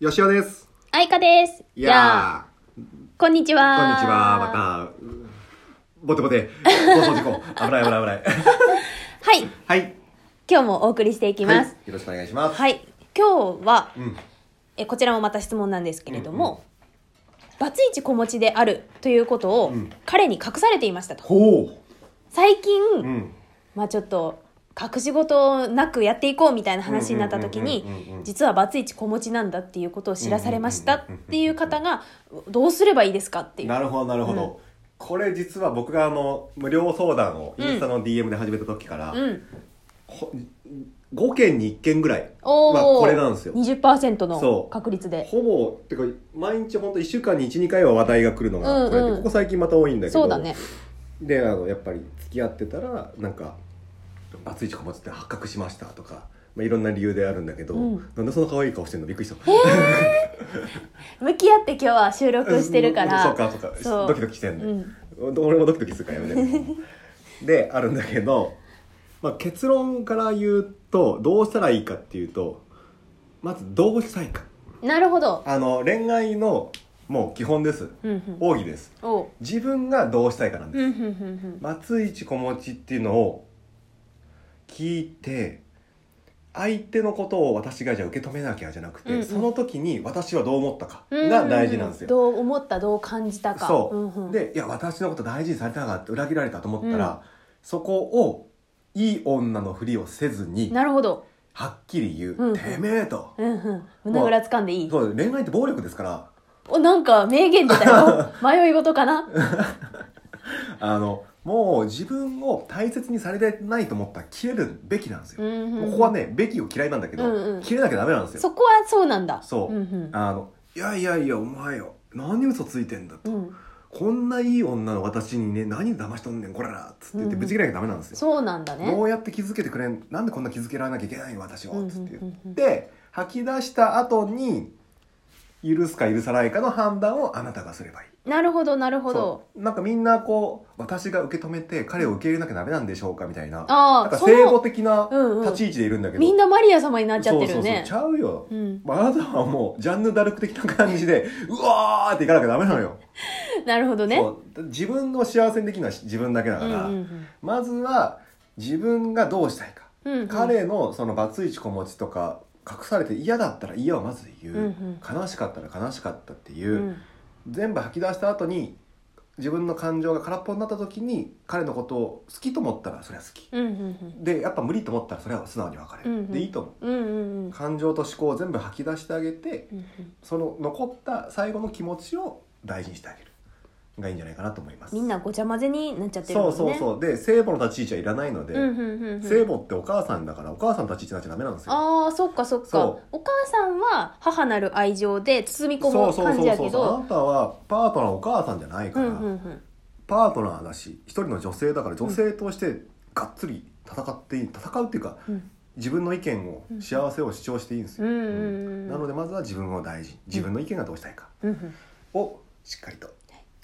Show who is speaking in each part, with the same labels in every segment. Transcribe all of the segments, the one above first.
Speaker 1: よしおです。
Speaker 2: あいかです。
Speaker 1: いや
Speaker 2: こんにち
Speaker 1: ー、
Speaker 2: は。
Speaker 1: こんにちは、また、ボテボテ、放送事 故、危ない危ない危ない。
Speaker 2: はい、
Speaker 1: はい。
Speaker 2: 今日もお送りしていきます
Speaker 1: は。いよろしくお願いします。
Speaker 2: はい、今日は、
Speaker 1: うん。
Speaker 2: え、こちらもまた質問なんですけれども。バツイチ子持ちであるということを、
Speaker 1: ん
Speaker 2: 彼に隠されていましたと。
Speaker 1: ほ
Speaker 2: 最近、
Speaker 1: う。うん。
Speaker 2: まあ、ちょっと。隠し事なくやっていこうみたいな話になった時に
Speaker 1: うんうんうんうんうん
Speaker 2: 実はバツイチ子持ちなんだっていうことを知らされましたっていう方がどうすればいいですかっていう
Speaker 1: なるほど、なるほど。これ実は僕があの、無料相談をインスタの DM で始めた時から、
Speaker 2: うん
Speaker 1: ほ5件に1件ぐらいは
Speaker 2: おー
Speaker 1: これなんですよ。
Speaker 2: 20%
Speaker 1: そ
Speaker 2: の
Speaker 1: う
Speaker 2: 確率で
Speaker 1: ほぼ、てか、毎日ほんと1週間に1、2回は話題が来るのがこれで、
Speaker 2: うんうん
Speaker 1: ここ最近また多いんだけど、
Speaker 2: そうだね
Speaker 1: であのやっぱり付き合ってたらなんか「バツイチ子持ちって発覚しました」とか、まあ、いろんな理由であるんだけど、
Speaker 2: うん
Speaker 1: なんでそんな可愛い顔してんのびっくりした、
Speaker 2: 向き合って今日は収録してるか
Speaker 1: そう
Speaker 2: ら
Speaker 1: かそうか
Speaker 2: そう
Speaker 1: ドキドキしてん
Speaker 2: う
Speaker 1: ね、
Speaker 2: ん
Speaker 1: 俺もドキドキするからやめ てであるんだけど、まあ、結論から言うとどうしたらいいかっていうとまずどうしたいか
Speaker 2: なるほど
Speaker 1: あの恋愛のもう基本です
Speaker 2: うんうん
Speaker 1: 奥義です
Speaker 2: おう
Speaker 1: 自分がどうしたいかなんです
Speaker 2: うんうんうん
Speaker 1: 松一子持ちっていうのを聞いて相手のことを私がじゃあ受け止めなきゃじゃなくて、
Speaker 2: うんうん
Speaker 1: その時に私はどう思ったか
Speaker 2: うん
Speaker 1: が大事なんですよ。
Speaker 2: どう思ったどう感じたか
Speaker 1: そう、
Speaker 2: んん
Speaker 1: でいや私のこと大事にされたがって裏切られたと思ったら、そこをいい女のふりをせずに
Speaker 2: なるほど
Speaker 1: はっきり言う「
Speaker 2: うんうん
Speaker 1: てめえと
Speaker 2: うんうん胸ぐらつかんでい」い
Speaker 1: そう恋愛って暴力ですから
Speaker 2: おなんか名言出た よ迷い事かな
Speaker 1: あのもう自分を大切にされてないと思ったら消えるべきなんですよ。
Speaker 2: うんうん
Speaker 1: ここはね、べきを嫌いなんだけど、
Speaker 2: うんうん
Speaker 1: 切れなきゃダメなんですよ。
Speaker 2: そこはそうなんだ
Speaker 1: そう。
Speaker 2: んうん
Speaker 1: あの、いやいやいや、お前よ、何嘘ついてんだと。
Speaker 2: うん
Speaker 1: こんないい女の私にね、何騙しとんねん、こらら、つって言っ
Speaker 2: うんう
Speaker 1: て、
Speaker 2: ん
Speaker 1: ぶち切れなきゃダメなんですよ。
Speaker 2: そうなんだね
Speaker 1: どうやって気づけてくれん、なんでこんな気づけられなきゃいけないの、私
Speaker 2: うんう
Speaker 1: を、
Speaker 2: ん
Speaker 1: つって
Speaker 2: う
Speaker 1: 言
Speaker 2: んうん
Speaker 1: って、吐き出した後に、許すか許さないかの判断をあなたがすればいい。
Speaker 2: なるほどなるほど
Speaker 1: そうなんかみんなこう、私が受け止めて、彼を受け入れなきゃダメなんでしょうか、みたいな。
Speaker 2: あ
Speaker 1: なん
Speaker 2: あ
Speaker 1: か
Speaker 2: そ
Speaker 1: 聖母
Speaker 2: の
Speaker 1: 的な
Speaker 2: うんうん
Speaker 1: 立ち位置でいるんだけど。
Speaker 2: みんなマリア様になっちゃってるよね
Speaker 1: そうそうそうちゃうよ、
Speaker 2: うん
Speaker 1: まあ、あなたはもうジャンヌ・ダルク的な感じで うわーっていかなきゃダメなのよ、
Speaker 2: なるほどね
Speaker 1: そう自分の幸せにできるのは自分だけだ
Speaker 2: う
Speaker 1: か
Speaker 2: んう
Speaker 1: ら、
Speaker 2: ん
Speaker 1: まずは自分がどうしたいか、
Speaker 2: うんうん
Speaker 1: 彼のそのバツイチ子持ちとか隠されて嫌だったら嫌をまず言う、
Speaker 2: うん
Speaker 1: 悲しかったら悲しかったっていうう、
Speaker 2: ん
Speaker 1: 全部吐き出した後に自分の感情が空っぽになった時に彼のことを好きと思ったらそれは好き、
Speaker 2: うんうんうん
Speaker 1: でやっぱ無理と思ったらそれは素直に別れる、
Speaker 2: うんうん
Speaker 1: でいいと思う
Speaker 2: うんうんうん
Speaker 1: 感情と思考を全部吐き出してあげて
Speaker 2: うんうん
Speaker 1: その残った最後の気持ちを大事にしてあげるがいいんじゃないかなと思います
Speaker 2: みんなごちゃ混ぜになっちゃってるも
Speaker 1: そ
Speaker 2: ん
Speaker 1: う
Speaker 2: ね
Speaker 1: そうそうで聖母の立ち位置はいらないので、
Speaker 2: うんうんうんうん
Speaker 1: 聖母ってお母さんだからお母さんの立ち位置になっちゃダメなんですよ
Speaker 2: あーそっかそっ
Speaker 1: そ
Speaker 2: かお母さんは母なる愛情で包み込
Speaker 1: そう
Speaker 2: む
Speaker 1: そう
Speaker 2: 感
Speaker 1: そ
Speaker 2: じや
Speaker 1: う
Speaker 2: け
Speaker 1: そうあ
Speaker 2: ど
Speaker 1: なたはパートナーお母さんじゃないか
Speaker 2: う
Speaker 1: ら、
Speaker 2: んうんうん
Speaker 1: パートナーだし一人の女性だから女性としてがっつり戦っていい戦うっていうか
Speaker 2: うん
Speaker 1: 自分の意見を
Speaker 2: うん
Speaker 1: 幸せを主張していいんです
Speaker 2: う
Speaker 1: よ、
Speaker 2: んうんうん
Speaker 1: なのでまずは自分を大事に自分の意見がどうしたいか
Speaker 2: うんうん
Speaker 1: をしっかりと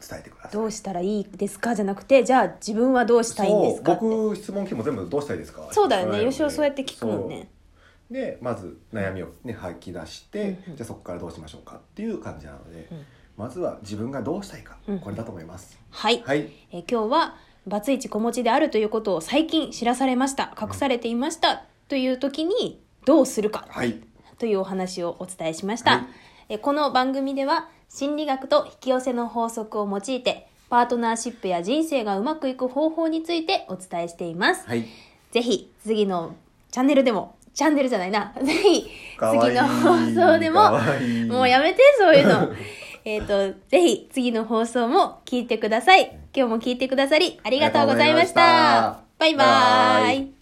Speaker 1: 伝えてください
Speaker 2: どうしたらいいですかじゃなくてじゃあ自分はどうしたいんですかって
Speaker 1: そう僕質問来ても全部どうしたいですか
Speaker 2: そうだよ
Speaker 1: 聞か
Speaker 2: ね
Speaker 1: ないので
Speaker 2: 吉尾そうやって聞くもんね
Speaker 1: そうでまず悩みを、ね、吐き出して、
Speaker 2: うんうん
Speaker 1: じゃあそこからどうしましょうかっていう感じなので、
Speaker 2: うん
Speaker 1: まずは自分がどうしたいか、
Speaker 2: うん
Speaker 1: これだと思います、
Speaker 2: はい
Speaker 1: はい
Speaker 2: えー今日はバツイチ子持ちであるということを最近知らされました隠されていましたという時にどうするか
Speaker 1: はい
Speaker 2: というお話をお伝えしました、
Speaker 1: はい
Speaker 2: えこの番組では心理学と引き寄せの法則を用いてパートナーシップや人生がうまくいく方法についてお伝えしています、
Speaker 1: はい
Speaker 2: ぜひ次のチャンネルでもチャンネルじゃない なぜひ
Speaker 1: かわい
Speaker 2: 次
Speaker 1: い
Speaker 2: の放送で
Speaker 1: か
Speaker 2: も
Speaker 1: わいい
Speaker 2: もうやめてそういう のえっとぜひ次の放送も聞いてください今日も聞いてくださりありがとうございました
Speaker 1: ありがとうございました
Speaker 2: バイバ
Speaker 1: バイバ
Speaker 2: ー
Speaker 1: イ
Speaker 2: イ